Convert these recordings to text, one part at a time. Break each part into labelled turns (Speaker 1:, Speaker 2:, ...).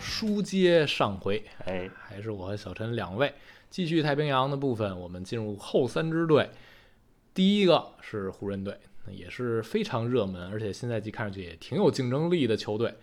Speaker 1: 书接上回，
Speaker 2: 哎，
Speaker 1: 还是我和小陈两位继续太平洋的部分，我们进入后三支队。第一个是湖人队，那也是非常热门，而且新赛季看上去也挺有竞争力的球队。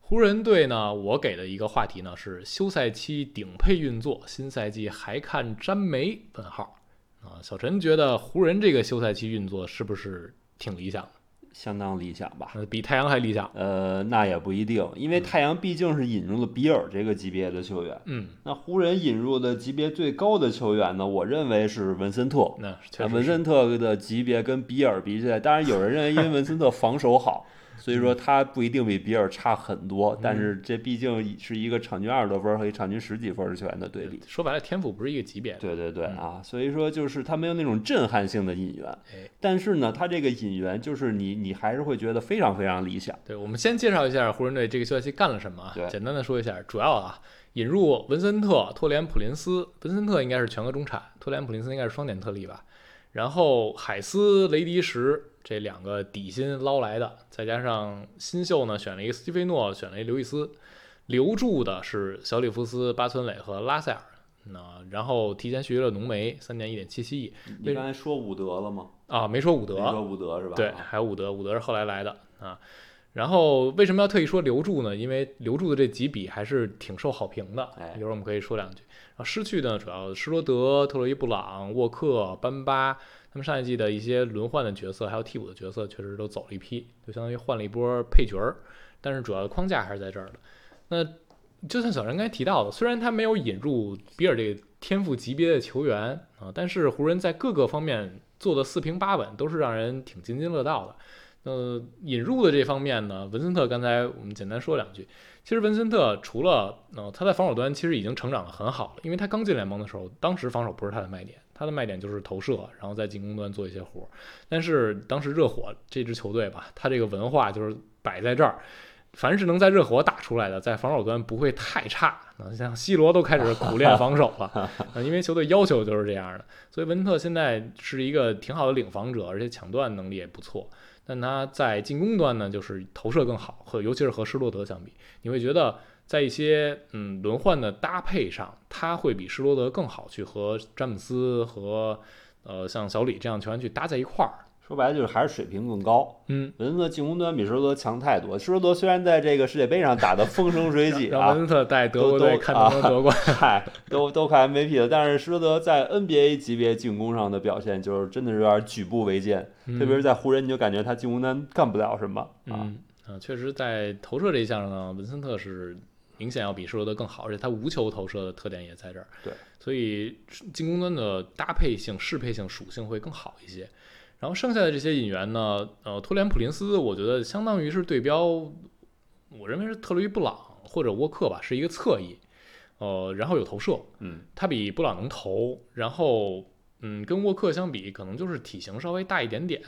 Speaker 1: 湖人队呢，我给的一个话题呢是休赛期顶配运作，新赛季还看詹梅？问号啊，小陈觉得湖人这个休赛期运作是不是挺理想的？
Speaker 2: 相当理想吧？
Speaker 1: 呃比太阳还理想？
Speaker 2: 呃，那也不一定，因为太阳毕竟是引入了比尔这个级别的球员，
Speaker 1: 嗯，
Speaker 2: 那湖人引入的级别最高的球员呢，我认为是文森特。
Speaker 1: 那嗯确
Speaker 2: 啊，
Speaker 1: 实
Speaker 2: 文
Speaker 1: 是。
Speaker 2: 森特的级别跟比尔比起来，当然有人认为因为文森特防 守好，所以说他不一定比比尔差很
Speaker 1: 嗯
Speaker 2: 多，但是这毕竟是一个场均二十多分和一场均十几分的球员的对比。
Speaker 1: 说白了，天赋不是一个级别的。
Speaker 2: 对对
Speaker 1: 嗯
Speaker 2: 对啊，所以说就是他没有那种震撼性的引援
Speaker 1: 哎，
Speaker 2: 但是呢，他这个引援就是你你还是会觉得非常非常理想。
Speaker 1: 对，我们先介绍一下湖人队这个休赛期干了什么啊
Speaker 2: 对。
Speaker 1: 简单的说一下，主要啊，引入文森特、托连普林斯，文森特应该是全额中产，托连普林斯应该是双点特例吧。然后海斯、雷迪什这两个底薪捞来的，再加上新秀呢，选了一个斯蒂菲诺，选了一刘易斯，留住的是小里弗斯、巴村磊和拉塞尔。那然后提前续约了浓眉，三年一点七七亿
Speaker 2: 你刚才说伍德了吗？
Speaker 1: 啊，没说伍
Speaker 2: 没
Speaker 1: 德，
Speaker 2: 说伍德是吧？
Speaker 1: 对，
Speaker 2: 啊
Speaker 1: 还有伍德，伍德是后来来的啊。然后为什么要特意说留住呢？因为留住的这几笔还是挺受好评的，
Speaker 2: 哎
Speaker 1: 一会儿我们可以说两句。然后失去的呢，主要施罗德、特洛伊布朗、沃克、班巴，他们上一季的一些轮换的角色，还有替补的角色，确实都走了一批，就相当于换了一波配角儿。但是主要的框架还是在这儿的。那就像小陈刚才提到的，虽然他没有引入比尔这个天赋级别的球员啊，但是湖人在各个方面做的四平八稳，都是让人挺津津乐道的。呃，引入的这方面呢，文森特刚才我们简单说两句。其实文森特除了呃他在防守端其实已经成长得很好了，因为他刚进联盟的时候，当时防守不是他的卖点，他的卖点就是投射，然后在进攻端做一些活儿。但是当时热火这支球队吧，他这个文化就是摆在这儿，凡是能在热火打出来的，在防守端不会太差。啊，像 C 罗都开始苦练防守了，啊，因为球队要求就是这样的。所以文特现在是一个挺好的领防者，而且抢断能力也不错。但他在进攻端呢，就是投射更好，和尤其是和施罗德相比，你会觉得在一些嗯轮换的搭配上，他会比施罗德更好去和詹姆斯和呃像小李这样球员去搭在一块儿。
Speaker 2: 说白了就是还是水平更高。
Speaker 1: 嗯，
Speaker 2: 文森特进攻端比施罗德强太多。施罗德虽然在这个世界杯上打得风生水起
Speaker 1: 让
Speaker 2: 啊，
Speaker 1: 文特带德国
Speaker 2: 都啊
Speaker 1: 队
Speaker 2: 都
Speaker 1: 看能不能夺 冠。
Speaker 2: 嗨，都都快 MVP 了，但是施罗德在 NBA 级别进攻上的表现就是真的是有点举步维艰，特别是在湖人，你就感觉他进攻端干不了什么啊。
Speaker 1: 嗯啊，确实在投射这一项呢，文森特是明显要比施罗德更好，而且他无球投射的特点也在这儿。
Speaker 2: 对，
Speaker 1: 所以进攻端的搭配性、适配性属性会更好一些。然后剩下的这些引援呢，呃，托连普林斯，我觉得相当于是对标，我认为是特洛伊布朗或者沃克吧，是一个侧翼，呃，然后有投射，
Speaker 2: 嗯，
Speaker 1: 他比布朗能投，然后嗯，跟沃克相比，可能就是体型稍微大一点点，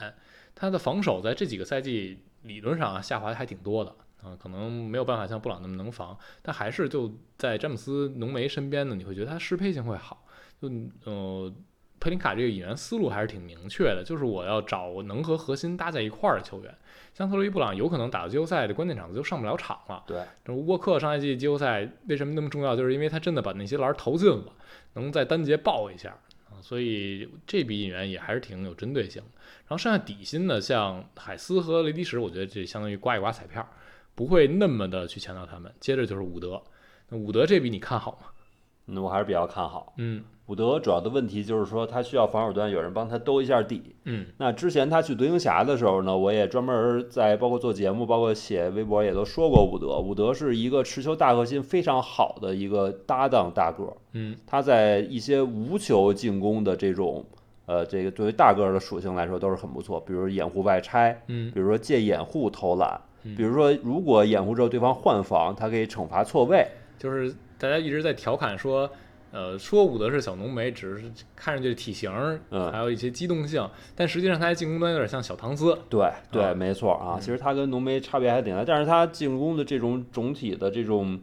Speaker 1: 他的防守在这几个赛季理论上啊下滑还挺多的啊，可能没有办法像布朗那么能防，但还是就在詹姆斯、浓眉身边呢，你会觉得他适配性会好。就呃，佩林卡这个引援思路还是挺明确的，就是我要找能和核心搭在一块儿的球员。像特洛伊布朗有可能打到季后赛的关键场子就上不了场了，
Speaker 2: 对，
Speaker 1: 这沃克上一季季后赛为什么那么重要？就是因为他真的把那些篮儿投进了，能在单节爆一下啊，所以这笔引援也还是挺有针对性的。然后剩下底薪呢，像海斯和雷迪什，我觉得这相当于刮一刮彩票，不会那么的去强调他们。接着就是伍德，那伍德这笔你看好吗？
Speaker 2: 那我还是比较看好
Speaker 1: 嗯
Speaker 2: 伍德。主要的问题就是说他需要防守端有人帮他兜一下底。
Speaker 1: 嗯
Speaker 2: 那之前他去独行侠的时候呢，我也专门在包括做节目、包括写微博也都说过伍德。伍德是一个持球大核心非常好的一个搭档大个儿。
Speaker 1: 嗯
Speaker 2: 他在一些无球进攻的这种，呃，这个作为大个儿的属性来说都是很不错，比如掩护外拆，
Speaker 1: 嗯
Speaker 2: 比如说借掩护投篮，比如说如果掩护之后对方换防，他可以惩罚错位，
Speaker 1: 就是大家一直在调侃说，呃，说伍德是小浓眉，只是看上去体型儿，
Speaker 2: 嗯
Speaker 1: 还有一些机动性，但实际上他在进攻端有点像小唐斯。
Speaker 2: 对
Speaker 1: 啊嗯
Speaker 2: 对，没错啊，其实他跟浓眉差别还挺大，但是他进攻的这种总体的这种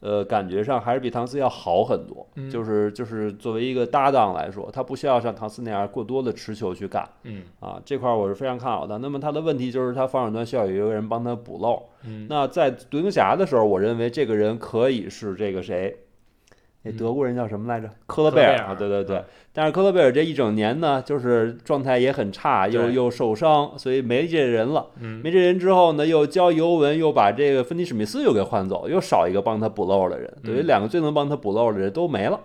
Speaker 2: 呃，感觉上还是比唐斯要好很多。
Speaker 1: 嗯
Speaker 2: 就是就是作为一个搭档来说，他不需要像唐斯那样过多的持球去干
Speaker 1: 嗯
Speaker 2: 啊，这块儿我是非常看好的。那么他的问题就是他防守端需要有一个人帮他补漏。
Speaker 1: 嗯
Speaker 2: 那在独行侠的时候，我认为这个人可以是这个谁，那
Speaker 1: 嗯
Speaker 2: 德国人叫什么来着？科勒
Speaker 1: 科勒
Speaker 2: 贝尔
Speaker 1: 贝
Speaker 2: 啊，
Speaker 1: 尔
Speaker 2: 对对对
Speaker 1: 嗯。
Speaker 2: 但是科勒贝尔这一整年呢，就是状态也很差，又
Speaker 1: 对
Speaker 2: 又受伤，所以没这人了。
Speaker 1: 嗯，
Speaker 2: 没这人之后呢，又交尤文，又把这个芬尼史密斯又给换走，又少一个帮他补漏的人，
Speaker 1: 嗯
Speaker 2: 等于两个最能帮他补漏的人 都没了。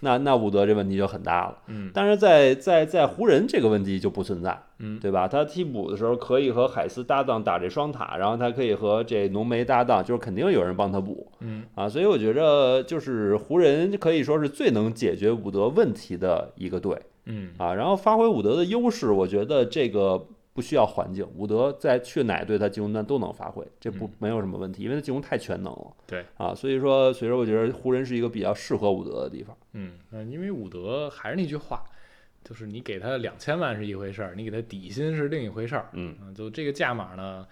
Speaker 2: 那那伍德这问题就很大了，
Speaker 1: 嗯
Speaker 2: 但是在在在湖人这个问题就不存在，
Speaker 1: 嗯
Speaker 2: 对吧？他替补的时候可以和海斯搭档打这双塔，然后他可以和这浓眉搭档，就是肯定有人帮他补
Speaker 1: 嗯
Speaker 2: 啊。所以我觉着就是湖人可以说是最能解决伍德问题的一个队。
Speaker 1: 嗯
Speaker 2: 啊，然后发挥伍德的优势，我觉得这个不需要环境，伍德在去哪队他进攻端都能发挥，这不
Speaker 1: 嗯
Speaker 2: 没有什么问题，因为他进攻太全能了。
Speaker 1: 对
Speaker 2: 啊，所以说，所以说我觉得湖人是一个比较适合伍德的地方。
Speaker 1: 嗯嗯，因为伍德还是那句话，就是你给他两千万是一回事儿，你给他底薪是另一回事儿。
Speaker 2: 嗯
Speaker 1: 嗯，就这个价码呢，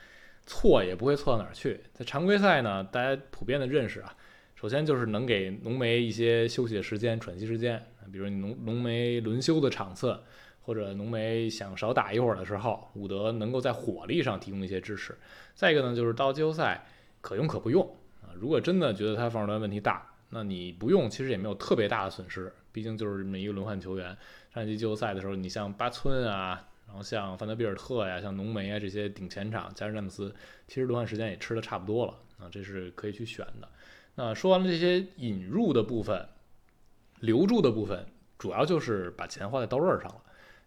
Speaker 1: 错也不会错到哪儿去。在常规赛呢，大家普遍的认识啊，首先就是能给浓眉一些休息的时间、喘息时间，比如你浓浓眉轮休的场次，或者浓眉想少打一会儿的时候，伍德能够在火力上提供一些支持。再一个呢，就是到季后赛可用可不用啊。如果真的觉得他防守端问题大，那你不用其实也没有特别大的损失，毕竟就是这么一个轮换球员。上一季季后赛的时候，你像巴村啊，然后像范德比尔特呀、像浓眉啊这些顶前场，加上詹姆斯，其实轮换时间也吃的差不多了啊，这是可以去选的。那说完了这些引入的部分，留住的部分，主要就是把钱花在刀刃上了。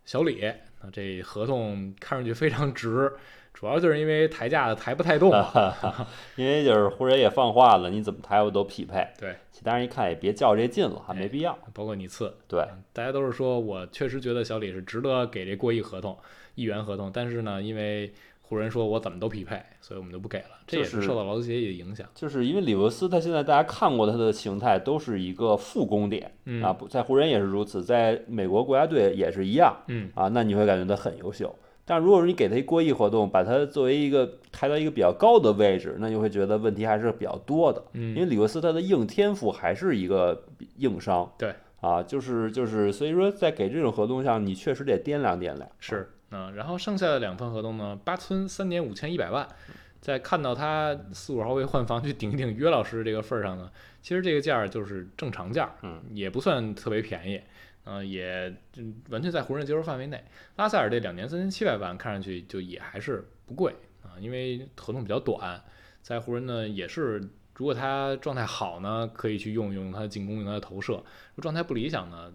Speaker 1: 小李，那这合同看上去非常值，主要就是因为抬价抬不太动啊了。
Speaker 2: 因为就是湖人也放话了，你怎么抬我都匹配，
Speaker 1: 对，哎
Speaker 2: 其他人一看也别较这劲了，还没必要。
Speaker 1: 包括你次，嗯
Speaker 2: 对，
Speaker 1: 大家都是说我确实觉得小李是值得给这过亿合同、亿元合同，但是呢，因为湖人说我怎么都匹配，所以我们就不给了，这也
Speaker 2: 就是
Speaker 1: 是受到劳资协议的影响。
Speaker 2: 就是因为里维斯他现在大家看过他的形态都是一个副攻点
Speaker 1: 嗯
Speaker 2: 啊，不在湖人也是如此，在美国国家队也是一样。
Speaker 1: 嗯
Speaker 2: 啊，那你会感觉他很优秀。但如果说你给他一过亿活动，把他作为一个抬到一个比较高的位置，那你会觉得问题还是比较多的。因为
Speaker 1: 嗯
Speaker 2: 里维斯他的硬天赋还是一个硬伤。
Speaker 1: 对。
Speaker 2: 啊，就是就是，所以说在给这种合同上，你确实得掂量掂量。
Speaker 1: 是嗯，然后剩下的两份合同呢，八村三年五千一百万，在看到他四五号位换防去顶一顶约老师这个份儿上呢，其实这个价儿就是正常价，
Speaker 2: 嗯，
Speaker 1: 也不算特别便宜，嗯、也嗯完全在湖人接受范围内。拉塞尔这两年三千七百万看上去就也还是不贵啊，因为合同比较短，在湖人呢也是。如果他状态好呢，可以去用用他的进攻，用他的投射；如果状态不理想呢，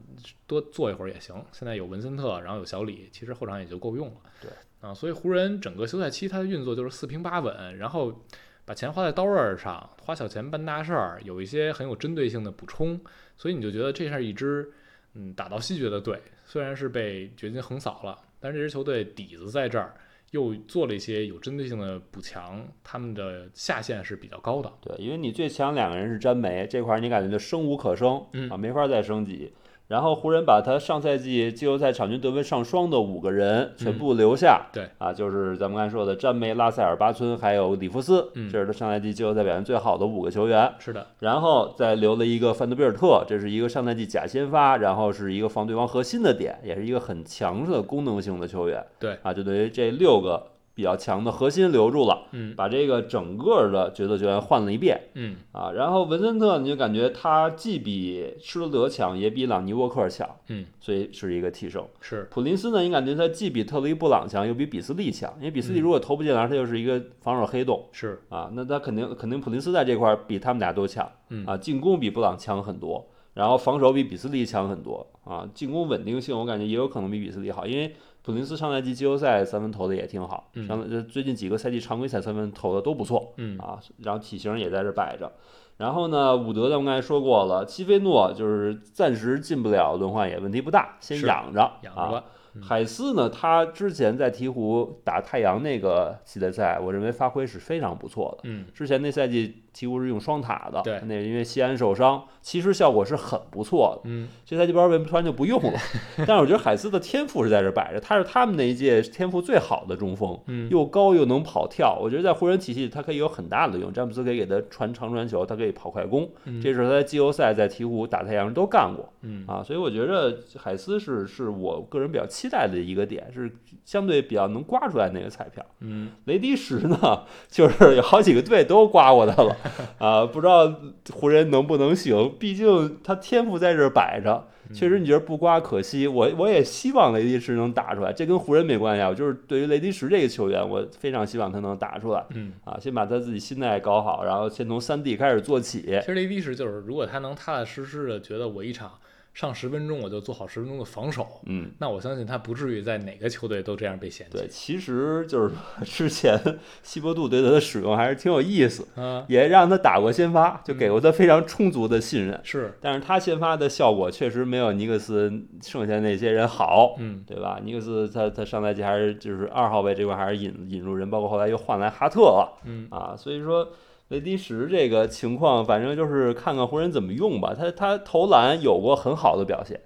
Speaker 1: 多坐一会儿也行。现在有文森特，然后有小李，其实后场也就够用了。
Speaker 2: 对
Speaker 1: 啊，所以湖人整个休赛期他的运作就是四平八稳，然后把钱花在刀刃儿上，花小钱办大事儿，有一些很有针对性的补充，所以你就觉得这是一支嗯打到西决的队，虽然是被掘金横扫了，但是这支球队底子在这儿，又做了一些有针对性的补强，他们的下限是比较高的。
Speaker 2: 对，因为你最强两个人是詹梅这块，你感觉就生无可生，
Speaker 1: 嗯
Speaker 2: 啊，没法再升级。然后湖人把他上赛季季后赛场均得分上双的五个人全部留下，
Speaker 1: 嗯对
Speaker 2: 啊，就是咱们刚才说的詹梅、拉塞尔、巴村还有里弗斯，
Speaker 1: 嗯
Speaker 2: 这是他上赛季季后赛表现最好的五个球员。
Speaker 1: 是的，
Speaker 2: 然后再留了一个范德比尔特，这是一个上赛季假先发，然后是一个防对方核心的点，也是一个很强的功能性的球员。
Speaker 1: 对
Speaker 2: 啊，就等于这六个比较强的核心留住了，
Speaker 1: 嗯
Speaker 2: 把这个整个的角色球员换了一遍。
Speaker 1: 嗯
Speaker 2: 啊，然后文森特你就感觉他既比施罗德强，也比朗尼沃克强，
Speaker 1: 嗯，
Speaker 2: 所以是一个替身。
Speaker 1: 是
Speaker 2: 普林斯呢，你感觉他既比特雷布朗强，又比比斯利强，因为比斯利
Speaker 1: 嗯
Speaker 2: 如果投不进篮，他就是一个防守黑洞
Speaker 1: 是，
Speaker 2: 啊，那他肯定肯定普林斯在这块儿比他们俩都强
Speaker 1: 嗯
Speaker 2: 啊，进攻比布朗强很多，然后防守比比斯利强很多啊，进攻稳定性我感觉也有可能比比斯利好，因为普林斯上赛季季后赛三分投的也挺好，
Speaker 1: 嗯
Speaker 2: 上呃最近几个赛季常规赛三分投的都不错，
Speaker 1: 嗯
Speaker 2: 啊，然后体型也在这摆着。然后呢，伍德咱们刚才说过了，齐菲诺就是暂时进不了轮换也问题不大，先
Speaker 1: 是
Speaker 2: 养着
Speaker 1: 养着
Speaker 2: 啊。
Speaker 1: 吧，嗯
Speaker 2: 海斯呢，他之前在鹈鹕打太阳那个系列赛，我认为发挥是非常不错的。
Speaker 1: 嗯
Speaker 2: 之前那赛季几乎是用双塔的。
Speaker 1: 对
Speaker 2: 那因为西安受伤，其实效果是很不错的。
Speaker 1: 嗯，
Speaker 2: 这赛季不知道为什么突然就不用了。 但是我觉得海斯的天赋是在这摆着，他是他们那一届天赋最好的中锋，
Speaker 1: 嗯
Speaker 2: 又高又能跑跳。我觉得在湖人体系，他可以有很大的用。詹姆斯可以给他传长传球，他可以跑快攻，
Speaker 1: 嗯
Speaker 2: 这是他在季后赛、在鹈鹕、打太阳都干过
Speaker 1: 嗯
Speaker 2: 啊。所以我觉得海斯是是我个人比较期待的一个点，是相对比较能刮出来那个彩票。
Speaker 1: 嗯
Speaker 2: 雷迪什呢， 就是有好几个队都刮过他了啊，不知道湖人能不能行，毕竟他天赋在这儿摆着。确实，你觉得不刮可惜，我我也希望雷迪什能打出来，这跟湖人没关系啊。我就是对于雷迪什这个球员，我非常希望他能打出来
Speaker 1: 嗯。
Speaker 2: 啊，先把他自己心态搞好，然后先从三 D 开始做起
Speaker 1: 其。实雷迪什就是，如果他能踏踏实实的觉得我一场上十分钟我就做好十分钟的防守，
Speaker 2: 嗯，
Speaker 1: 那我相信他不至于在哪个球队都这样被嫌弃。
Speaker 2: 对，其实就是说 之前西伯杜对他的使用还是挺有意思，
Speaker 1: 啊，
Speaker 2: 也让他打过先发，就给过他非常充足的信任。
Speaker 1: 是，
Speaker 2: 但是他先发的效果确实没有尼克斯剩下那些人好，
Speaker 1: 嗯
Speaker 2: 对吧？尼克斯他他上赛季还是就是二号位这块还是引引入人，包括后来又换来哈特了
Speaker 1: 嗯
Speaker 2: 啊，所以说雷迪什这个情况，反正就是看看湖人怎么用吧。他他投篮有过很好的表现，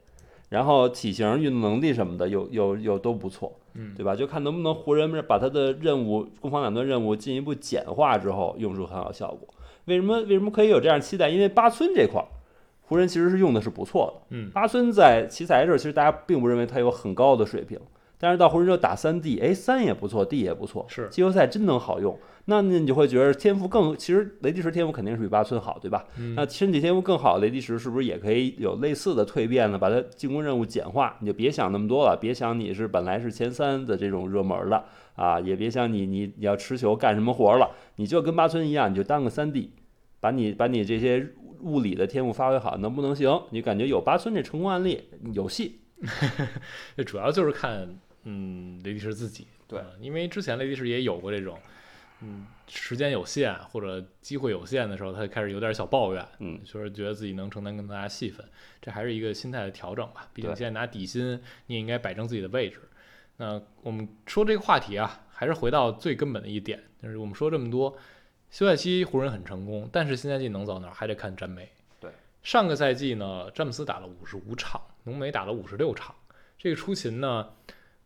Speaker 2: 然后体型、运动能力什么的又又又都不错，
Speaker 1: 嗯，
Speaker 2: 对吧？就看能不能湖人把他的任务攻防两端任务进一步简化之后，用出很好效果。为什么为什么可以有这样期待？因为八村这块儿，湖人其实是用的是不错的。
Speaker 1: 嗯
Speaker 2: 八村在奇才这儿，其实大家并不认为他有很高的水平，但是到湖人之后打三 D，哎，三也不错，D 也不错，
Speaker 1: 是，
Speaker 2: 季后赛真能好用。那你就会觉得天赋更，其实雷迪什天赋肯定是比八村好，对吧？
Speaker 1: 嗯
Speaker 2: 那身体天赋更好，雷迪什是不是也可以有类似的蜕变呢？把他进攻任务简化，你就别想那么多了，别想你是本来是前三的这种热门了啊，也别想你你你要持球干什么活了，你就跟八村一样，你就当个三 D，把你把你这些物理的天赋发挥好，能不能行？你感觉有八村这成功案例，有戏。
Speaker 1: 这主要就是看，嗯，雷迪什自己。
Speaker 2: 对
Speaker 1: 啊因为之前雷迪什也有过这种，嗯，时间有限或者机会有限的时候，他就开始有点小抱怨，
Speaker 2: 嗯，
Speaker 1: 就是觉得自己能承担更大的戏份，这还是一个心态的调整吧。毕竟
Speaker 2: 对
Speaker 1: 现在拿底薪，你也应该摆正自己的位置。那我们说这个话题啊，还是回到最根本的一点，就是我们说这么多，休赛期湖人很成功，但是新赛季能走哪儿还得看詹梅。
Speaker 2: 对，
Speaker 1: 上个赛季呢，詹姆斯打了五十五场，浓眉打了五十六场，这个出勤呢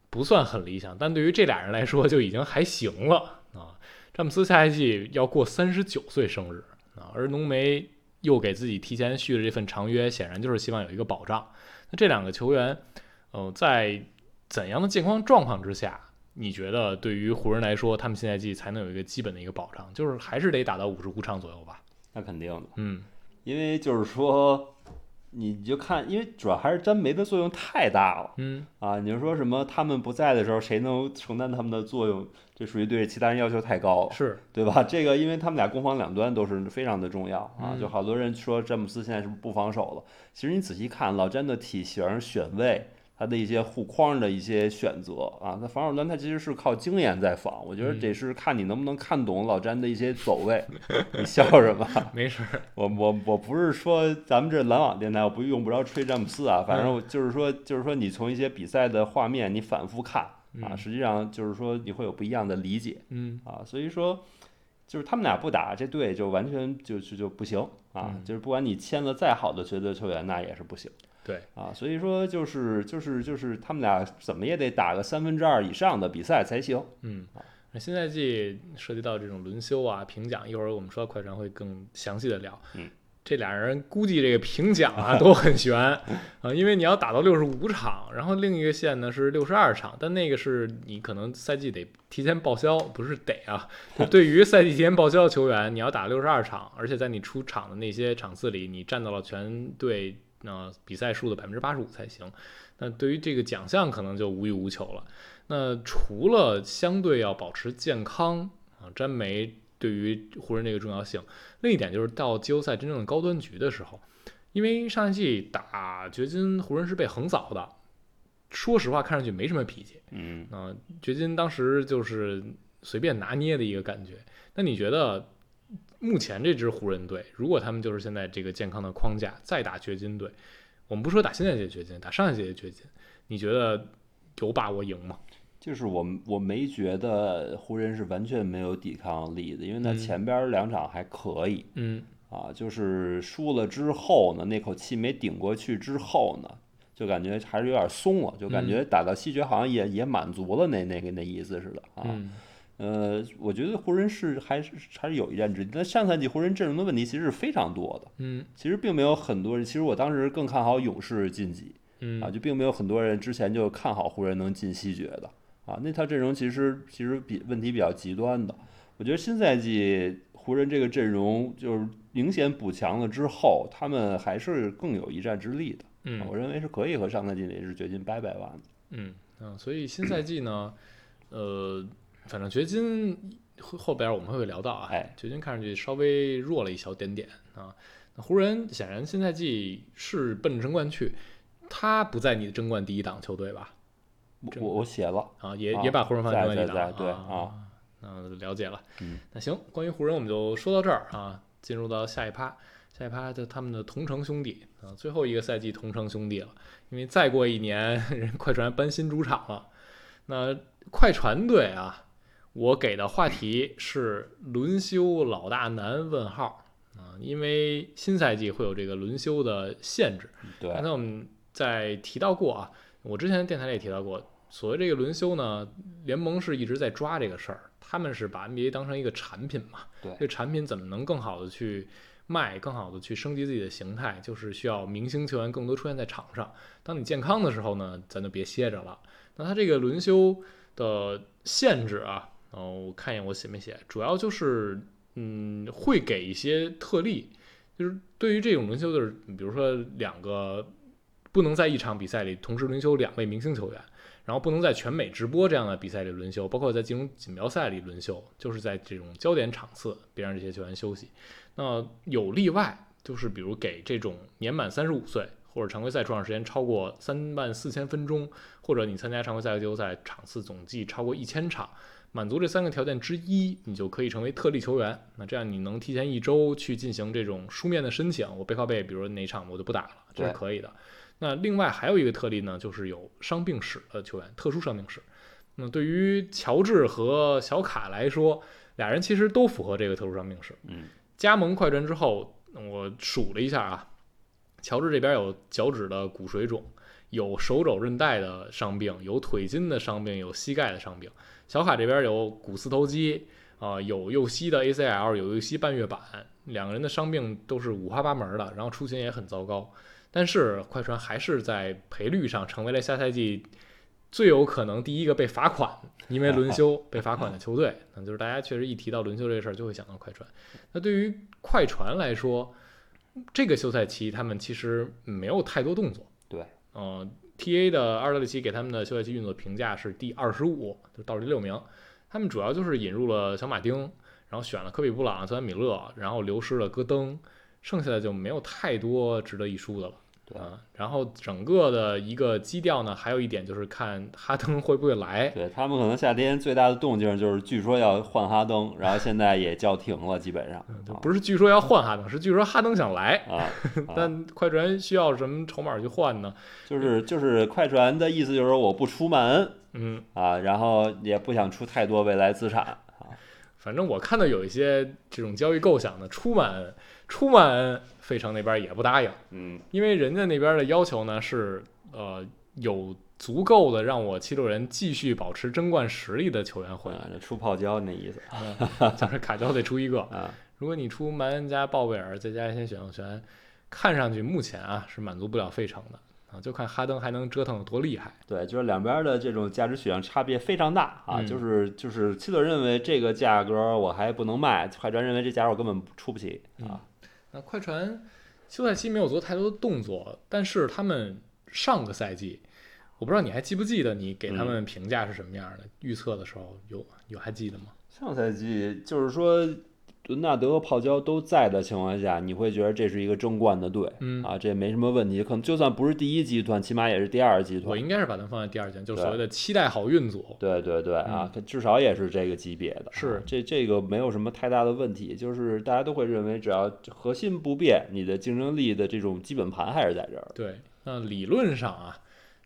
Speaker 1: 不算很理想，但对于这俩人来说就已经还行了啊。詹姆斯下赛季要过三十九岁生日啊，而浓眉又给自己提前续了这份长约，显然就是希望有一个保障。那这两个球员，呃，在怎样的健康状况之下，你觉得对于湖人来说，他们新赛季才能有一个基本的一个保障，就是还是得打到五十五场左右吧？
Speaker 2: 那肯定的，
Speaker 1: 嗯
Speaker 2: 因为就是说，你就看，因为主要还是詹梅的作用太大了。
Speaker 1: 嗯
Speaker 2: 啊，你就说什么他们不在的时候，谁能承担他们的作用？这属于对其他人要求太高了，
Speaker 1: 是
Speaker 2: 对吧？这个，因为他们俩攻防两端都是非常的重要啊。
Speaker 1: 嗯
Speaker 2: 就好多人说詹姆斯现在是不是不防守了？其实你仔细看老詹的体型、选位，他的一些护框的一些选择啊，他防守端他其实是靠经验在防。我觉得
Speaker 1: 嗯
Speaker 2: 得是看你能不能看懂老詹的一些走位。你笑什么？
Speaker 1: 没事儿，
Speaker 2: 我我我不是说咱们这篮网电台，我不用不着吹詹姆斯啊，反
Speaker 1: 嗯
Speaker 2: 正我就是说就是说你从一些比赛的画面你反复看啊，
Speaker 1: 嗯
Speaker 2: 实际上就是说你会有不一样的理解
Speaker 1: 嗯
Speaker 2: 啊，所以说就是他们俩不打这队就完全就就就不行啊，
Speaker 1: 嗯
Speaker 2: 就是不管你签了再好的绝对球员，那也是不行
Speaker 1: 对，
Speaker 2: 啊，所以说就是就是就是他们俩怎么也得打个三分之二以上的比赛才行，
Speaker 1: 嗯。那新赛季涉及到这种轮休啊、评奖，一会儿我们说快船会更详细的聊。
Speaker 2: 嗯，
Speaker 1: 这俩人估计这个评奖啊都很悬啊、因为你要打到六十五场，然后另一个线呢是六十二场，但那个是你可能赛季得提前报销，不是得啊。就对于赛季提前报销的球员，你要打六十二场，而且在你出场的那些场次里，你占到了全队呃比赛数的百分之八十五才行。那对于这个奖项可能就无欲无求了。那除了相对要保持健康啊，詹梅对于湖人这个重要性，另一点就是到季后赛真正的高端局的时候，因为上一季打掘金，湖人是被横扫的，说实话看上去没什么脾气，
Speaker 2: 嗯。
Speaker 1: 啊、掘金当时就是随便拿捏的一个感觉。那你觉得目前这支湖人队，如果他们就是现在这个健康的框架再打掘金队，我们不说打现在这届掘金，打上一届掘金，你觉得有把握赢吗？
Speaker 2: 就是我们我没觉得湖人是完全没有抵抗力的，因为他
Speaker 1: 嗯
Speaker 2: 前边两场还可以、
Speaker 1: 嗯
Speaker 2: 啊，就是输了之后呢，那口气没顶过去之后呢，就感觉还是有点松了，就感
Speaker 1: 嗯
Speaker 2: 觉打到西决好像也、也满足了那那个那意思似的啊。
Speaker 1: 嗯
Speaker 2: 呃，我觉得湖人是还是还是有一战之地，但上赛季湖人阵容的问题其实是非常多的，
Speaker 1: 嗯
Speaker 2: 其实并没有很多人，其实我当时更看好勇士晋级。
Speaker 1: 嗯
Speaker 2: 啊，就并没有很多人之前就看好湖人能进西决的啊。那套阵容其实其实比问题比较极端的。我觉得新赛季湖人这个阵容就是明显补强了之后，他们还是更有一战之力的。啊
Speaker 1: 嗯
Speaker 2: 我认为是可以和上赛季也是掘金掰掰完的。
Speaker 1: 嗯啊，所以新赛季呢，呃，反正掘金后后边我们会聊到啊，
Speaker 2: 哎
Speaker 1: 掘金看上去稍微弱了一小点点啊。那湖人显然新赛季是奔着争冠去，他不在你的争冠第一档球队吧？
Speaker 2: 我
Speaker 1: 这
Speaker 2: 我我写了，
Speaker 1: 啊，也
Speaker 2: 啊
Speaker 1: 也把湖人放在争
Speaker 2: 在
Speaker 1: 冠第一
Speaker 2: 在
Speaker 1: 档，
Speaker 2: 在对
Speaker 1: 啊
Speaker 2: 啊，
Speaker 1: 那了解了。
Speaker 2: 嗯
Speaker 1: 那行，关于湖人我们就说到这儿啊，进入到下一趴。下一趴就他们的同城兄弟啊，最后一个赛季同城兄弟了，因为再过一年 人快船搬新主场了。那快船队啊，我给的话题是轮休老大难问号啊，因为新赛季会有这个轮休的限制。
Speaker 2: 对
Speaker 1: 刚才我们在提到过啊，我之前电台里也提到过，所谓这个轮休呢，联盟是一直在抓这个事儿，他们是把 NBA 当成一个产品嘛，
Speaker 2: 对
Speaker 1: 这个产品怎么能更好的去卖，更好的去升级自己的形态，就是需要明星球员更多出现在场上。当你健康的时候呢，咱就别歇着了。那他这个轮休的限制啊，哦，我看一眼我写没写，主要就是嗯，会给一些特例，就是对于这种轮休，就是比如说两个不能在一场比赛里同时轮休两位明星球员，然后不能在全美直播这样的比赛里轮休，包括在金融锦标赛里轮休，就是在这种焦点场次，别让这些球员休息。那有例外，就是比如给这种年满三十五岁或者常规赛出场时间超过三万四千分钟，或者你参加常规赛和季后赛场次总计超过一千场，满足这三个条件之一，你就可以成为特例球员。那这样你能提前一周去进行这种书面的申请，我背靠背，比如说哪场我就不打了，这是
Speaker 2: 对
Speaker 1: 可以的。那另外还有一个特例呢，就是有伤病史的球员，特殊伤病史。那对于乔治和小卡来说，俩人其实都符合这个特殊伤病史。
Speaker 2: 嗯，
Speaker 1: 加盟快船之后，我数了一下啊，乔治这边有脚趾的骨水肿，有手肘韧带的伤病，有腿筋的伤病，有膝盖的伤病。小卡这边有股四头肌，啊、有右膝的 ACL，有右膝半月板，两个人的伤病都是五花八门的，然后出勤也很糟糕。但是快船还是在赔率上成为了下赛季最有可能第一个被罚款，因为轮休被罚款的球队。那就是大家确实一提到轮休这事儿，就会想到快船。那对于快船来说，这个休赛期他们其实没有太多动作。
Speaker 2: 对，
Speaker 1: 呃，TA 的二六六七给他们的休赛期运作评价是第二十五，就是倒数第六名。他们主要就是引入了小马丁，然后选了科比布朗、泽兰米勒，然后流失了戈登，剩下的就没有太多值得一说的了。
Speaker 2: 对
Speaker 1: 啊，然后整个的一个基调呢，还有一点就是看哈登会不会来。
Speaker 2: 对他们可能夏天最大的动静就是据说要换哈登，然后现在也叫停了，基本上
Speaker 1: 就嗯
Speaker 2: 啊
Speaker 1: 不是据说要换哈登，是据说哈登想来，
Speaker 2: 啊，啊
Speaker 1: 但快船需要什么筹码去换呢？
Speaker 2: 就是就是快船的意思就是说我不出门，
Speaker 1: 嗯，
Speaker 2: 啊，然后也不想出太多未来资产。
Speaker 1: 反正我看到有一些这种交易构想呢，出马恩，出马恩，费城那边也不答应，
Speaker 2: 嗯，
Speaker 1: 因为人家那边的要求呢是，呃，有足够的让我七六人继续保持争冠实力的球员回来，
Speaker 2: 啊，出泡椒那意思
Speaker 1: 就是卡乔得出一个。
Speaker 2: 啊，
Speaker 1: 如果你出蛮恩加鲍威尔，再加一些选秀权，看上去目前啊是满足不了费城的啊，就看哈登还能折腾有多厉害。
Speaker 2: 对，就是两边的这种价值取向差别非常大啊，
Speaker 1: 嗯
Speaker 2: 就是就是七六认为这个价格我还不能卖，快船认为这价格我根本出不起
Speaker 1: 嗯
Speaker 2: 啊，
Speaker 1: 那快船休赛期没有做太多的动作，但是他们上个赛季，我不知道你还记不记得你给他
Speaker 2: 嗯
Speaker 1: 们评价是什么样的？预测的时候有有还记得吗？
Speaker 2: 上赛季就是说。伦纳德和泡椒都在的情况下，你会觉得这是一个争冠的队、
Speaker 1: 嗯
Speaker 2: 啊，这没什么问题。可能就算不是第一集团，起码也是第二集团
Speaker 1: 我。应该是把他们放在第二圈，就是
Speaker 2: 对
Speaker 1: 所谓的期待好运组。
Speaker 2: 对对对啊，可至少也是这个级别的啊，
Speaker 1: 嗯是
Speaker 2: 这这个没有什么太大的问题，就是大家都会认为只要核心不变，你的竞争力的这种基本盘还是在这儿的。
Speaker 1: 对，那理论上啊，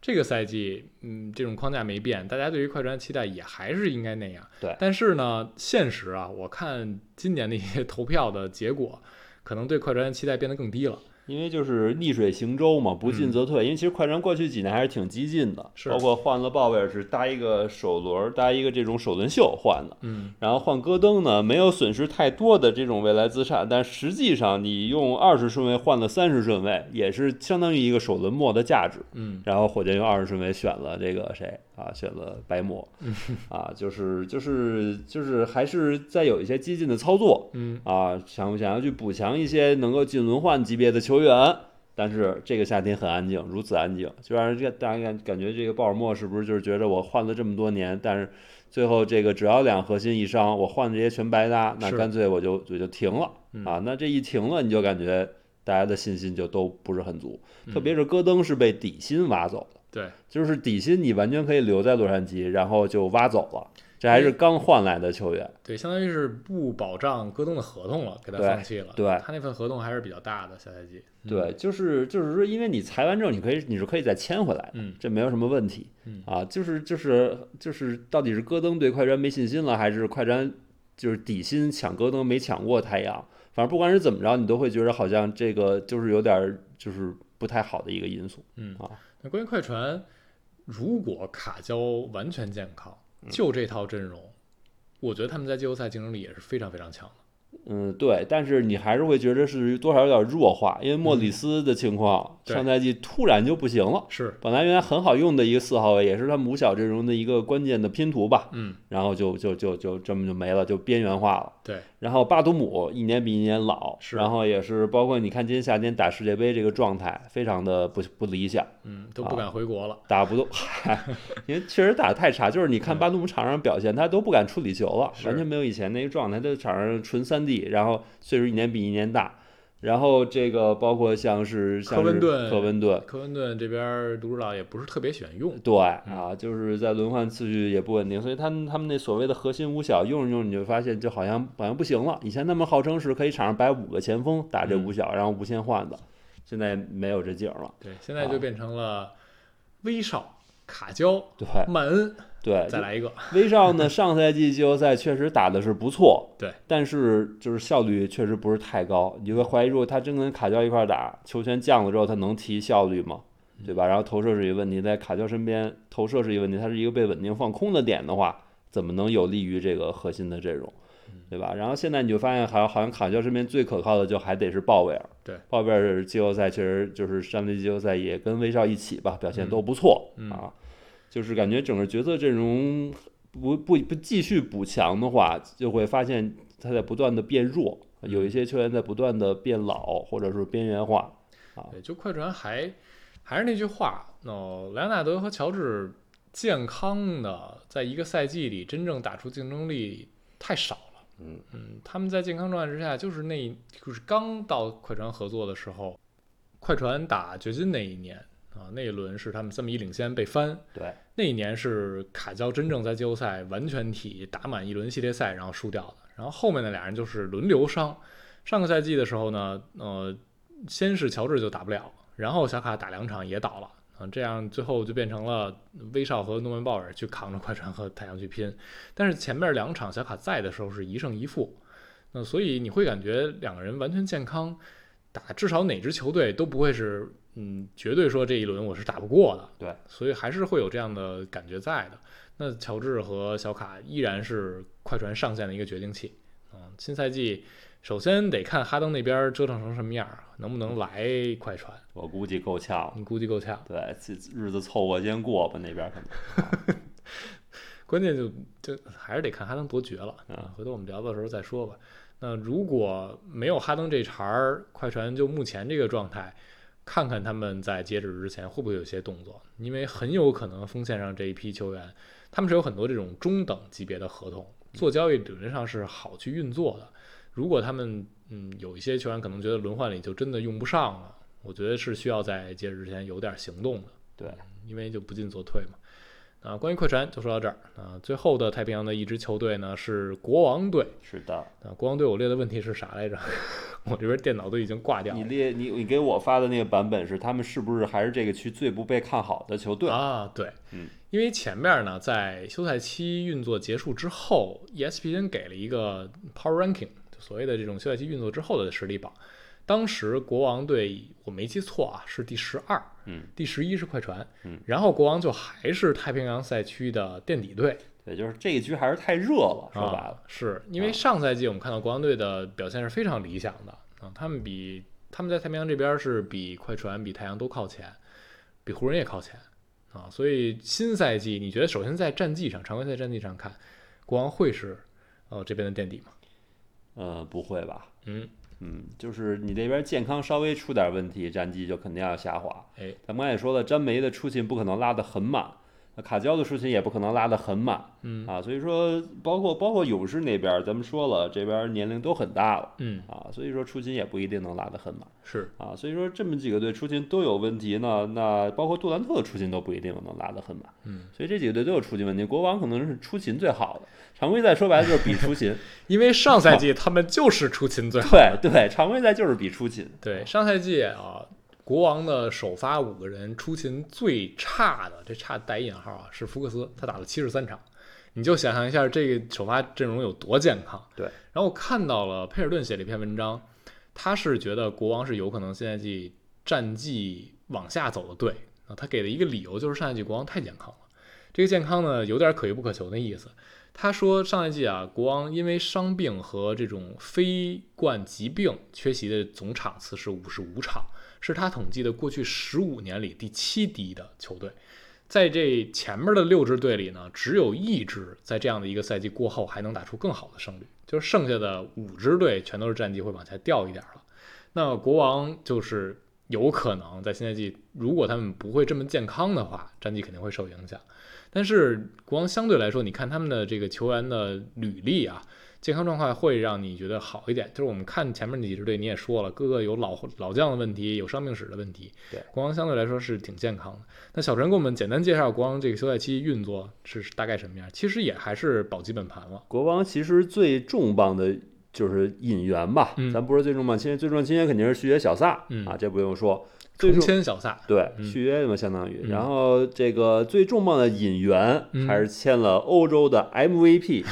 Speaker 1: 这个赛季，嗯，这种框架没变，大家对于快船的期待也还是应该那样。
Speaker 2: 对
Speaker 1: 但是呢，现实啊，我看今年的一些投票的结果，可能对快船的期待变得更低了。
Speaker 2: 因为就是逆水行舟嘛，不进则退。因为其实快船过去几年还是挺激进的，
Speaker 1: 嗯是
Speaker 2: 包括换了鲍威尔是搭一个首轮，搭一个这种首轮秀换的，
Speaker 1: 嗯，
Speaker 2: 然后换戈登呢，没有损失太多的这种未来资产，但实际上你用二十顺位换了三十顺位，也是相当于一个首轮末的价值。
Speaker 1: 嗯，
Speaker 2: 然后火箭用二十顺位选了这个谁啊？选了白魔
Speaker 1: 嗯，
Speaker 2: 啊，就是就是就是还是在有一些激进的操作，
Speaker 1: 嗯
Speaker 2: 啊，想想要去补强一些能够进轮换级别的球员，但是这个夏天很安静，如此安静，就让人这大家感感觉这个鲍尔默是不是就是觉得我换了这么多年，但是最后这个只要两核心以上，我换这些全白搭，那
Speaker 1: 是
Speaker 2: 干脆我就我就停了
Speaker 1: 嗯
Speaker 2: 啊，那这一停了，你就感觉大家的信心就都不是很足，
Speaker 1: 嗯
Speaker 2: 特别是戈登是被底薪挖走的，
Speaker 1: 对，
Speaker 2: 就是底薪你完全可以留在洛杉矶，然后就挖走了，这还是刚换来的球员。
Speaker 1: 对，相当于是不保障戈登的合同了，给他
Speaker 2: 对
Speaker 1: 放弃了。
Speaker 2: 对
Speaker 1: 他那份合同还是比较大的，下赛季。嗯，
Speaker 2: 对，就是就是说，因为你裁完之后，你可以你是可以再签回来的，
Speaker 1: 嗯
Speaker 2: 这没有什么问题
Speaker 1: 嗯
Speaker 2: 啊。就是就是就是，到底是戈登对快船没信心了，还是快船就是底薪抢戈登没抢过太阳？反正不管是怎么着，你都会觉得好像这个就是有点儿就是不太好的一个因素。
Speaker 1: 嗯
Speaker 2: 啊，
Speaker 1: 那关于快船，如果卡椒完全健康，就这套阵容，我觉得他们在季后赛竞争力也是非常非常强的。
Speaker 2: 嗯，对，但是你还是会觉得是多少有点弱化，因为莫里斯的情况，
Speaker 1: 嗯对
Speaker 2: 上赛季突然就不行了。
Speaker 1: 是，
Speaker 2: 本来原来很好用的一个四号位，也是他母小阵容的一个关键的拼图吧，
Speaker 1: 嗯，
Speaker 2: 然后就就就就这么就没了，就边缘化了。
Speaker 1: 对，
Speaker 2: 然后巴图姆一年比一年老，
Speaker 1: 是
Speaker 2: 然后也是包括你看今年夏天打世界杯这个状态，非常的不不理想，
Speaker 1: 嗯，都不敢回国了。
Speaker 2: 打不动， 因为确实打得太差， 就是你看
Speaker 1: 嗯
Speaker 2: 巴图姆场上表现，他都不敢处理球了，
Speaker 1: 是
Speaker 2: 完全没有以前那个状态，他在场上纯三 D，然后岁数一年比一年大。然后这个包括像是像
Speaker 1: 科温
Speaker 2: 是
Speaker 1: 顿
Speaker 2: 科温顿，
Speaker 1: 科温顿这边独指导也不是特别喜欢用，
Speaker 2: 对
Speaker 1: 嗯
Speaker 2: 啊，就是在轮换次序也不稳定，所以他们他们那所谓的核心五小用着用着，你就发现就好像好像不行了。以前他们号称是可以场上摆五个前锋打这五小，
Speaker 1: 嗯
Speaker 2: 然后无限换的，现在没有这劲儿了。
Speaker 1: 对，现在
Speaker 2: 啊
Speaker 1: 就变成了威少、卡椒、
Speaker 2: 对
Speaker 1: 曼恩，
Speaker 2: 对，
Speaker 1: 再来一个，
Speaker 2: 威少呢，上赛季季后赛确实打的是不错，
Speaker 1: 对，
Speaker 2: 但是就是效率确实不是太高。你会怀疑，如果他真跟卡乔一块儿打，球权降了之后，他能提效率吗？
Speaker 1: 嗯
Speaker 2: 对吧？然后投射是一个问题，在卡乔身边投射是一个问题，他是一个被稳定放空的点的话，怎么能有利于这个核心的阵容？
Speaker 1: 嗯
Speaker 2: 对吧？然后现在你就发现，好像好像卡乔身边最可靠的就还得是鲍威尔。
Speaker 1: 对，
Speaker 2: 鲍威尔季后赛确实就是上赛季季后赛也跟威少一起吧，表现都不错、
Speaker 1: 嗯嗯
Speaker 2: 啊。就是感觉整个角色阵容不不不继续补强的话，就会发现他在不断的变弱，有一些球员在不断的变老或者是边缘化。
Speaker 1: 对，就快船还还是那句话，那莱昂纳德和乔治健康的在一个赛季里真正打出竞争力太少了。
Speaker 2: 嗯
Speaker 1: 他们在健康状态之下，就是那就是刚到快船合作的时候，快船打掘金那一年啊，那一轮是他们三比一领先被翻，
Speaker 2: 对，
Speaker 1: 那一年是卡乔真正在季后赛完全体打满一轮系列赛，然后输掉的。然后后面那俩人就是轮流伤。上个赛季的时候呢，呃，先是乔治就打不了，然后小卡打两场也倒了。啊，这样最后就变成了威少和诺曼鲍尔去扛着快船和太阳去拼，但是前面两场小卡在的时候是一胜一负，那所以你会感觉两个人完全健康，打至少哪支球队都不会是，嗯，绝对说这一轮我是打不过的，所以还是会有这样的感觉在的。那乔治和小卡依然是快船上线的一个决定器。嗯，新赛季首先得看哈登那边折腾成什么样儿，能不能来快船，
Speaker 2: 我估计够呛了。
Speaker 1: 你估计够呛。
Speaker 2: 对，这日子凑合先过吧，那边可能。
Speaker 1: 关键就就还是得看哈登多绝了
Speaker 2: 啊。
Speaker 1: 回头我们聊的时候再说吧。那如果没有哈登这茬儿，快船就目前这个状态，看看他们在截止之前会不会有些动作，因为很有可能锋线上这一批球员，他们是有很多这种中等级别的合同，做交易理论上是好去运作的。如果他们嗯有一些球员可能觉得轮换里就真的用不上了，我觉得是需要在截止之前有点行动的。
Speaker 2: 对，
Speaker 1: 因为就不进则退嘛。啊，关于快船就说到这儿啊。最后的太平洋的一支球队呢是国王队
Speaker 2: 是的，
Speaker 1: 啊，国王队我列的问题是啥来着？ 我这边电脑都已经挂掉
Speaker 2: 你
Speaker 1: 了
Speaker 2: 列你你给我发的那个版本是他们是不是还是这个区最不被看好的球队？
Speaker 1: 啊，对，
Speaker 2: 嗯
Speaker 1: 因为前面呢，在休赛期运作结束之后，ESPN ，E 给了一个 Power Ranking，就所谓的这种休赛期运作之后的实力榜。当时国王队我没记错啊，是第十二，
Speaker 2: 嗯，
Speaker 1: 第十一是快船，
Speaker 2: 嗯，
Speaker 1: 然后国王就还是太平洋赛区的垫底队，
Speaker 2: 也就是这一局还是太热了，说白
Speaker 1: 啊
Speaker 2: 了，，
Speaker 1: 是因为上赛季我们看到国王队的表现是非常理想的啊，他们比他们在太平洋这边是比快船、比太阳都靠前，比湖人也靠前啊，所以新赛季你觉得首先在战绩上，常规赛战绩上看，国王会是呃这边的垫底吗？
Speaker 2: 呃，不会吧？
Speaker 1: 嗯，
Speaker 2: 嗯，就是你这边健康稍微出点问题，战绩就肯定要下滑。
Speaker 1: 哎，
Speaker 2: 咱们刚才也说了，詹梅的出勤不可能拉得很满，那卡乔的出勤也不可能拉得很满，
Speaker 1: 嗯
Speaker 2: 啊，所以说包括包括勇士那边，咱们说了，这边年龄都很大了
Speaker 1: 嗯，
Speaker 2: 啊，所以说出勤也不一定能拉得很满
Speaker 1: 是
Speaker 2: 啊，所以说这么几个队出勤都有问题呢，那包括杜兰特的出勤都不一定能拉得很满，
Speaker 1: 嗯，
Speaker 2: 所以这几个队都有出勤问题，国王可能是出勤最好的，常规赛说白了就是比出勤，
Speaker 1: 因为上赛 季他们就是出勤 最好，
Speaker 2: 对对，常规赛就是比出勤，
Speaker 1: 对，上赛季啊。国王的首发五个人出勤最差的，这差带引号啊，是福克斯，他打了七十三场。你就想象一下这个首发阵容有多健康。
Speaker 2: 对，
Speaker 1: 然后我看到了佩尔顿写了一篇文章，他是觉得国王是有可能现赛季战绩往下走的队啊。他给的一个理由就是上赛季国王太健康了，这个健康呢有点可遇不可求的意思。他说上赛季啊，国王因为伤病和这种非冠疾病缺席的总场次是五十五场，是他统计的过去十五年里第七低的球队。在这前面的六支队里呢，只有一支在这样的一个赛季过后还能打出更好的胜率，就是剩下的五支队全都是战绩会往下掉一点了。那国王就是有可能在新赛季，如果他们不会这么健康的话，战绩肯定会受影响。但是国王相对来说，你看他们的这个球员的履历啊，健康状况会让你觉得好一点。就是我们看前面几支队，你也说了，各个有老老将的问题，有伤病史的问题。
Speaker 2: 对，
Speaker 1: 国王相对来说是挺健康的。那小陈给我们简单介绍国王这个休赛期运作是大概什么样？其实也还是保级本盘了。
Speaker 2: 国王其实最重磅的就是引援吧，
Speaker 1: 嗯
Speaker 2: 咱不是最重磅签约，最重磅签约肯定是续约小萨、
Speaker 1: 嗯
Speaker 2: 啊，这不用说。最
Speaker 1: 重
Speaker 2: 重
Speaker 1: 签小 萨，
Speaker 2: 对
Speaker 1: 嗯
Speaker 2: 续约嘛，相当于。
Speaker 1: 嗯
Speaker 2: 然后这个最重磅的引援
Speaker 1: 嗯
Speaker 2: 还是签了欧洲的 MVP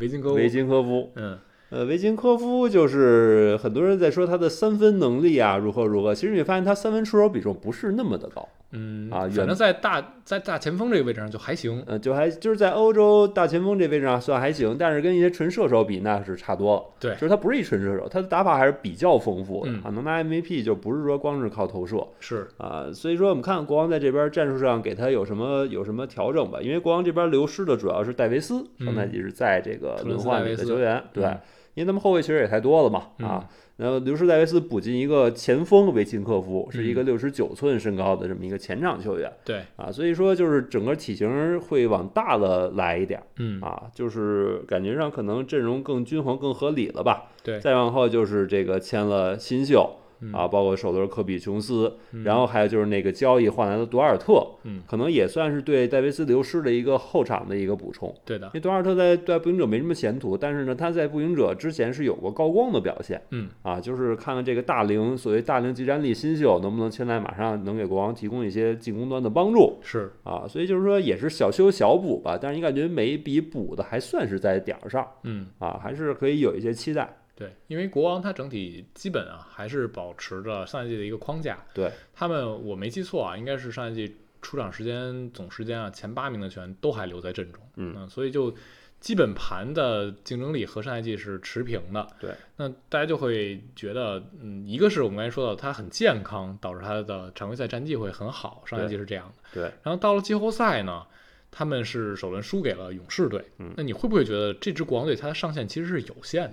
Speaker 1: 维金科夫，
Speaker 2: 维金科夫。
Speaker 1: 嗯
Speaker 2: 呃，维金科夫就是很多人在说他的三分能力啊如何如何，其实你发现他三分出手比重不是那么的高，
Speaker 1: 嗯
Speaker 2: 啊远
Speaker 1: 反正在大在大前锋这个位置上就还行。
Speaker 2: 呃，就还就是在欧洲大前锋这位置上算还行，但是跟一些纯射手比那是差多了。
Speaker 1: 对
Speaker 2: 就是他不是一纯射手，他的打法还是比较丰富的、
Speaker 1: 嗯
Speaker 2: 啊，能拿 MVP 就不是说光是靠投射
Speaker 1: 是，
Speaker 2: 啊。所以说我们看国王在这边战术上给他有什么有什么调整吧，因为国王这边流失的主要是戴维斯，
Speaker 1: 嗯
Speaker 2: 上赛季是在这个
Speaker 1: 特伦
Speaker 2: 轮
Speaker 1: 斯
Speaker 2: 换
Speaker 1: 戴
Speaker 2: 里
Speaker 1: 维
Speaker 2: 的
Speaker 1: 斯
Speaker 2: 球员，对
Speaker 1: 嗯。
Speaker 2: 因为他们后卫其实也太多了嘛，啊，然后流失戴维斯补进一个前锋维琴科夫，是一
Speaker 1: 嗯
Speaker 2: 个六十九寸身高的这么一个前场球员，
Speaker 1: 对，
Speaker 2: 啊，所以说就是整个体型会往大了来一点儿
Speaker 1: 嗯，
Speaker 2: 啊，就是感觉上可能阵容更均衡、更合理了吧。
Speaker 1: 对
Speaker 2: 再往后就是这个签了新秀
Speaker 1: 嗯
Speaker 2: 啊，，包括首轮科比琼斯，
Speaker 1: 嗯
Speaker 2: 然后还有就是那个交易换来的杜尔特，
Speaker 1: 嗯，
Speaker 2: 可能也算是对戴维斯流失的一个后场的一个补充。
Speaker 1: 对的
Speaker 2: 因，为杜尔特在在步行者没什么前途，但是呢，他在步行者之前是有过高光的表现
Speaker 1: 嗯
Speaker 2: 啊，就是看看这个大龄所谓大龄集战力新秀能不能签来，马上能给国王提供一些进攻端的帮助。
Speaker 1: 是，
Speaker 2: 啊，所以就是说也是小修小补吧，但是你感觉每一笔补的还算是在点儿上
Speaker 1: 嗯，
Speaker 2: 啊，还是可以有一些期待。
Speaker 1: 对，因为国王它整体基本啊还是保持着上赛季的一个框架。
Speaker 2: 对，
Speaker 1: 他们我没记错啊，应该是上赛季出场时间总时间啊前八名的球员都还留在阵中，
Speaker 2: 嗯
Speaker 1: 所以就基本盘的竞争力和上赛季是持平的。
Speaker 2: 对，
Speaker 1: 那大家就会觉得，嗯，一个是我们刚才说到他很健康，导致他的常规赛战绩会很好，上赛季是这样的。
Speaker 2: 对，
Speaker 1: 然后到了季后赛呢，他们是首轮输给了勇士队。
Speaker 2: 嗯
Speaker 1: 那你会不会觉得这支国王队它的上限其实是有限的？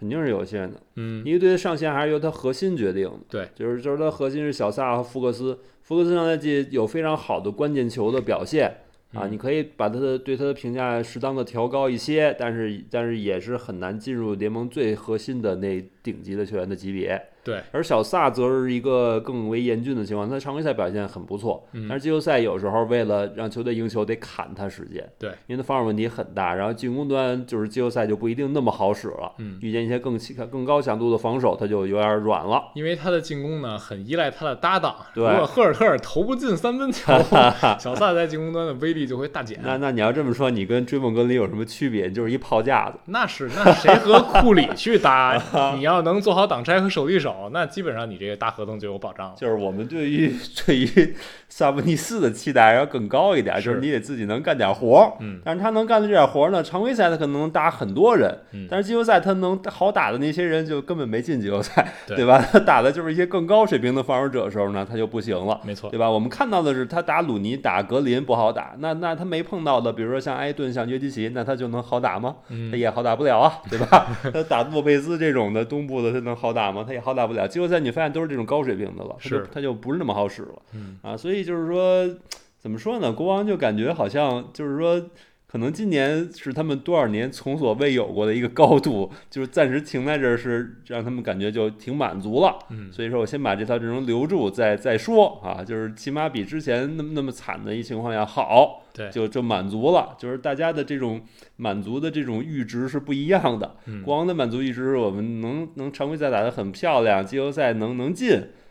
Speaker 2: 肯定是有些人的，
Speaker 1: 嗯，
Speaker 2: 一个队的上限还是由他核心决定的。
Speaker 1: 对，
Speaker 2: 就是就是他核心是小萨和福克斯，福克斯上赛季有非常好的关键球的表现。啊，
Speaker 1: 嗯
Speaker 2: 你可以把他的对他的评价适当的调高一些，但是但是也是很难进入联盟最核心的那顶级的球员的级别。
Speaker 1: 对，
Speaker 2: 而小萨则是一个更为严峻的情况，他常规赛表现很不错，
Speaker 1: 嗯
Speaker 2: 但是季后赛有时候为了让球队赢球，得砍他时间，
Speaker 1: 对，
Speaker 2: 因为他防守问题很大，然后进攻端就是季后赛就不一定那么好使了，
Speaker 1: 嗯
Speaker 2: 遇见一些更起更高强度的防守，他就有点软了。
Speaker 1: 因为他的进攻呢很依赖他的搭档，
Speaker 2: 对
Speaker 1: 如果赫尔特尔投不进三分 球，小萨在进攻端的威力就会大减。
Speaker 2: 那那你要这么说，你跟追梦格林有什么区别？你就是一炮架子。
Speaker 1: 那是那谁和库里去 搭？你要能做好挡拆和手递手，那基本上你这个大合同就有保障了。
Speaker 2: 就是我们对于 对于萨博尼斯的期待要更高一点，
Speaker 1: 是
Speaker 2: 就是你得自己能干点活儿。
Speaker 1: 嗯，
Speaker 2: 但是他能干的这点活儿呢，常规赛他可能能打很多人，
Speaker 1: 嗯
Speaker 2: 但是季后赛他能好打的那些人就根本没进季后赛，
Speaker 1: 对
Speaker 2: 对吧？他打的就是一些更高水平的防守者的时候呢，他就不行了。
Speaker 1: 没错，
Speaker 2: 对吧？我们看到的是他打鲁尼、打格林不好打，那那他没碰到的，比如说像埃顿、像约基奇，那他就能好打吗？
Speaker 1: 嗯
Speaker 2: 他也好打不了 啊，对吧？他打洛佩兹这种的东部的，他能好打吗？他也好打不了。季后赛你发现都是这种高水平的了，他就是他就不是那么好使了
Speaker 1: 嗯
Speaker 2: 啊。所以就是说，怎么说呢？国王就感觉好像就是说。可能今年是他们多少年从所未有过的一个高度， 就是暂时停在这儿，是让他们感觉就挺满足了。
Speaker 1: 嗯，
Speaker 2: 所以说我先把这套阵容留住再再说啊，就是起码比之前那么那么惨的一情况下好，
Speaker 1: 对，
Speaker 2: 就就满足了，就是大家的这种满足的这种阈值是不一样的。
Speaker 1: 嗯
Speaker 2: 国王的满足阈值是我们能能常规赛打得很漂亮，季后赛能能进。嗯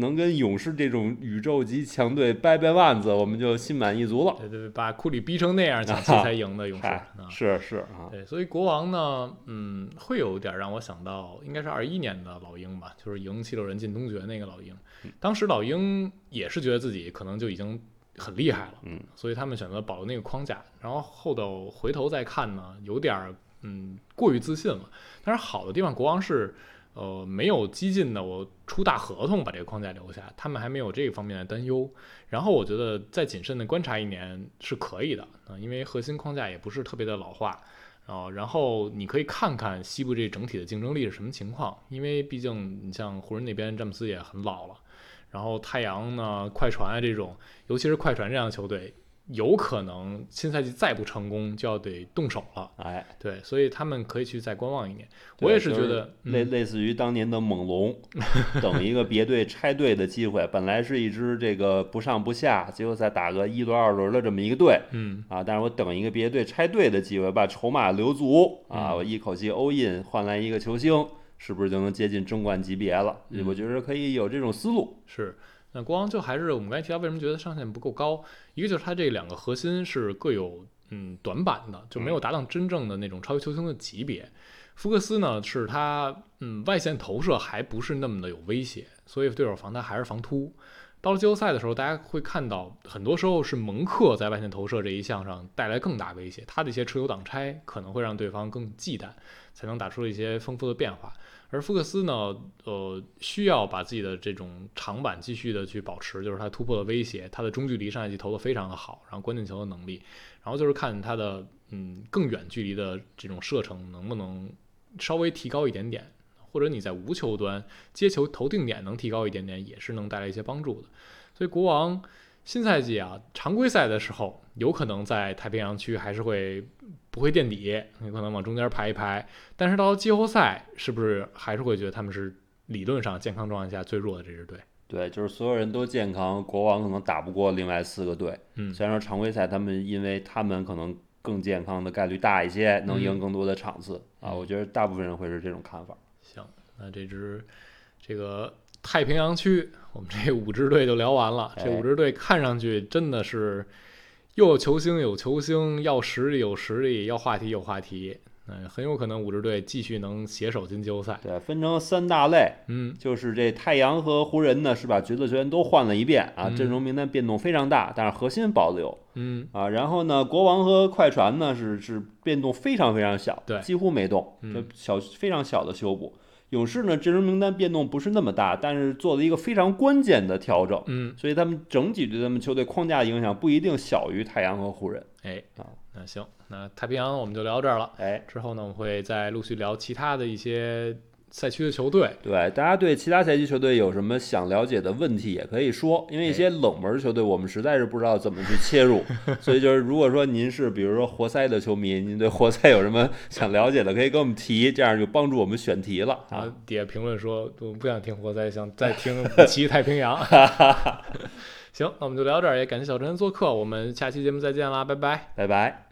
Speaker 2: 能跟勇士这种宇宙级强队掰掰腕子，我们就心满意足了。
Speaker 1: 对对，对把库里逼成那样， 抢七才赢的勇士
Speaker 2: 嗨
Speaker 1: 啊。
Speaker 2: 是是啊，
Speaker 1: 对，所以国王呢，嗯，会有点让我想到，应该是二一年的老鹰吧，就是赢七六人进东决那个老鹰。当时老鹰也是觉得自己可能就已经很厉害了，
Speaker 2: 嗯，
Speaker 1: 所以他们选择保留那个框架，然后后头回头再看呢，有点儿嗯过于自信了。但是好的地方，国王是呃没有激进的，我出大合同把这个框架留下，他们还没有这方面的担忧。然后我觉得再谨慎的观察一年是可以的，嗯、因为核心框架也不是特别的老化。啊，然后你可以看看西部这整体的竞争力是什么情况，因为毕竟你像湖人那边詹姆斯也很老了，然后太阳呢、快船啊这种，尤其是快船这样的球队，有可能新赛季再不成功就要得动手了。
Speaker 2: 哎，
Speaker 1: 对，所以他们可以去再观望一年。
Speaker 2: 对
Speaker 1: 我也是
Speaker 2: 就
Speaker 1: 觉得，
Speaker 2: 类
Speaker 1: 嗯、
Speaker 2: 类似于当年的 猛龙，等一个别队拆队的机会。本来是一支这个不上不下，结果再打个一轮二轮的这么一个队
Speaker 1: 嗯，
Speaker 2: 啊，但是我等一个别队拆队的机会，把筹码留足啊，
Speaker 1: 嗯
Speaker 2: 我一口气 all in 换来一个球星，是不是就能接近争冠级别了？
Speaker 1: 嗯
Speaker 2: 我觉得可以有这种思路。
Speaker 1: 是。那国王就还是我们刚才提到，为什么觉得上限不够高？一个就是他这两个核心是各有嗯短板的，就没有达到真正的那种超级球星的级别。福克斯呢是他嗯外线投射还不是那么的有威胁，所以对手防他还是防突。到了季后赛的时候，大家会看到，很多时候是蒙克在外线投射这一项上带来更大威胁，他的一些持球挡拆可能会让对方更忌惮，才能打出一些丰富的变化。而福克斯呢，呃，需要把自己的这种长板继续的去保持，就是他突破的威胁，他的中距离上一季投的非常的好，然后关键球的能力，然后就是看他的嗯更远距离的这种射程能不能稍微提高一点点，或者你在无球端接球投定点能提高一点点，也是能带来一些帮助的。所以国王新赛季啊，常规赛的时候有可能在太平洋区还是会不会垫底，有可能往中间排一排，但是到了季后赛，是不是还是会觉得他们是理论上健康状态下最弱的这支队？
Speaker 2: 对，就是所有人都健康，国王可能打不过另外四个队。
Speaker 1: 嗯
Speaker 2: 虽然说常规赛他们因为他们可能更健康的概率大一些，能赢更多的场次、啊，
Speaker 1: 嗯
Speaker 2: 我觉得大部分人会是这种看法。
Speaker 1: 行，那这支这个太平洋区，我们这五支队就聊完了。这
Speaker 2: 哎
Speaker 1: 五支队看上去真的是又有球星有球星，要实力有实力，要话题有话题。嗯，很有可能五支队继续能携手进季后赛。
Speaker 2: 对，分成三大类，
Speaker 1: 嗯
Speaker 2: 就是这太阳和湖人呢是把角色球员都换了一遍啊，
Speaker 1: 嗯
Speaker 2: 阵容名单变动非常大，但是核心保留
Speaker 1: 嗯
Speaker 2: 啊。然后呢，国王和快船呢是是变动非常非常小，
Speaker 1: 对
Speaker 2: 几乎没动，
Speaker 1: 嗯
Speaker 2: 就小非常小的修补。勇士呢阵容名单变动不是那么大，但是做了一个非常关键的调整，
Speaker 1: 嗯，
Speaker 2: 所以他们整体对他们球队框架影响不一定小于太阳和湖人。
Speaker 1: 哎
Speaker 2: 啊，
Speaker 1: 那行，那太平洋我们就聊到这儿了。
Speaker 2: 哎，
Speaker 1: 之后呢，我们会再陆续聊其他的一些赛区的球队。
Speaker 2: 对，大家对其他赛季球队有什么想了解的问题，也可以说，因为一些冷门球队我们实在是不知道怎么去切入，所以就是如果说您是比如说活塞的球迷，您对活塞有什么想了解的，可以跟我们提，这样就帮助我们选题了
Speaker 1: 然
Speaker 2: 啊
Speaker 1: 后。底下评论说，我不想听活塞，想再听五期太平洋。行，那我们就聊到这儿，也感谢小陈做客，我们下期节目再见啦，拜拜。
Speaker 2: 拜拜。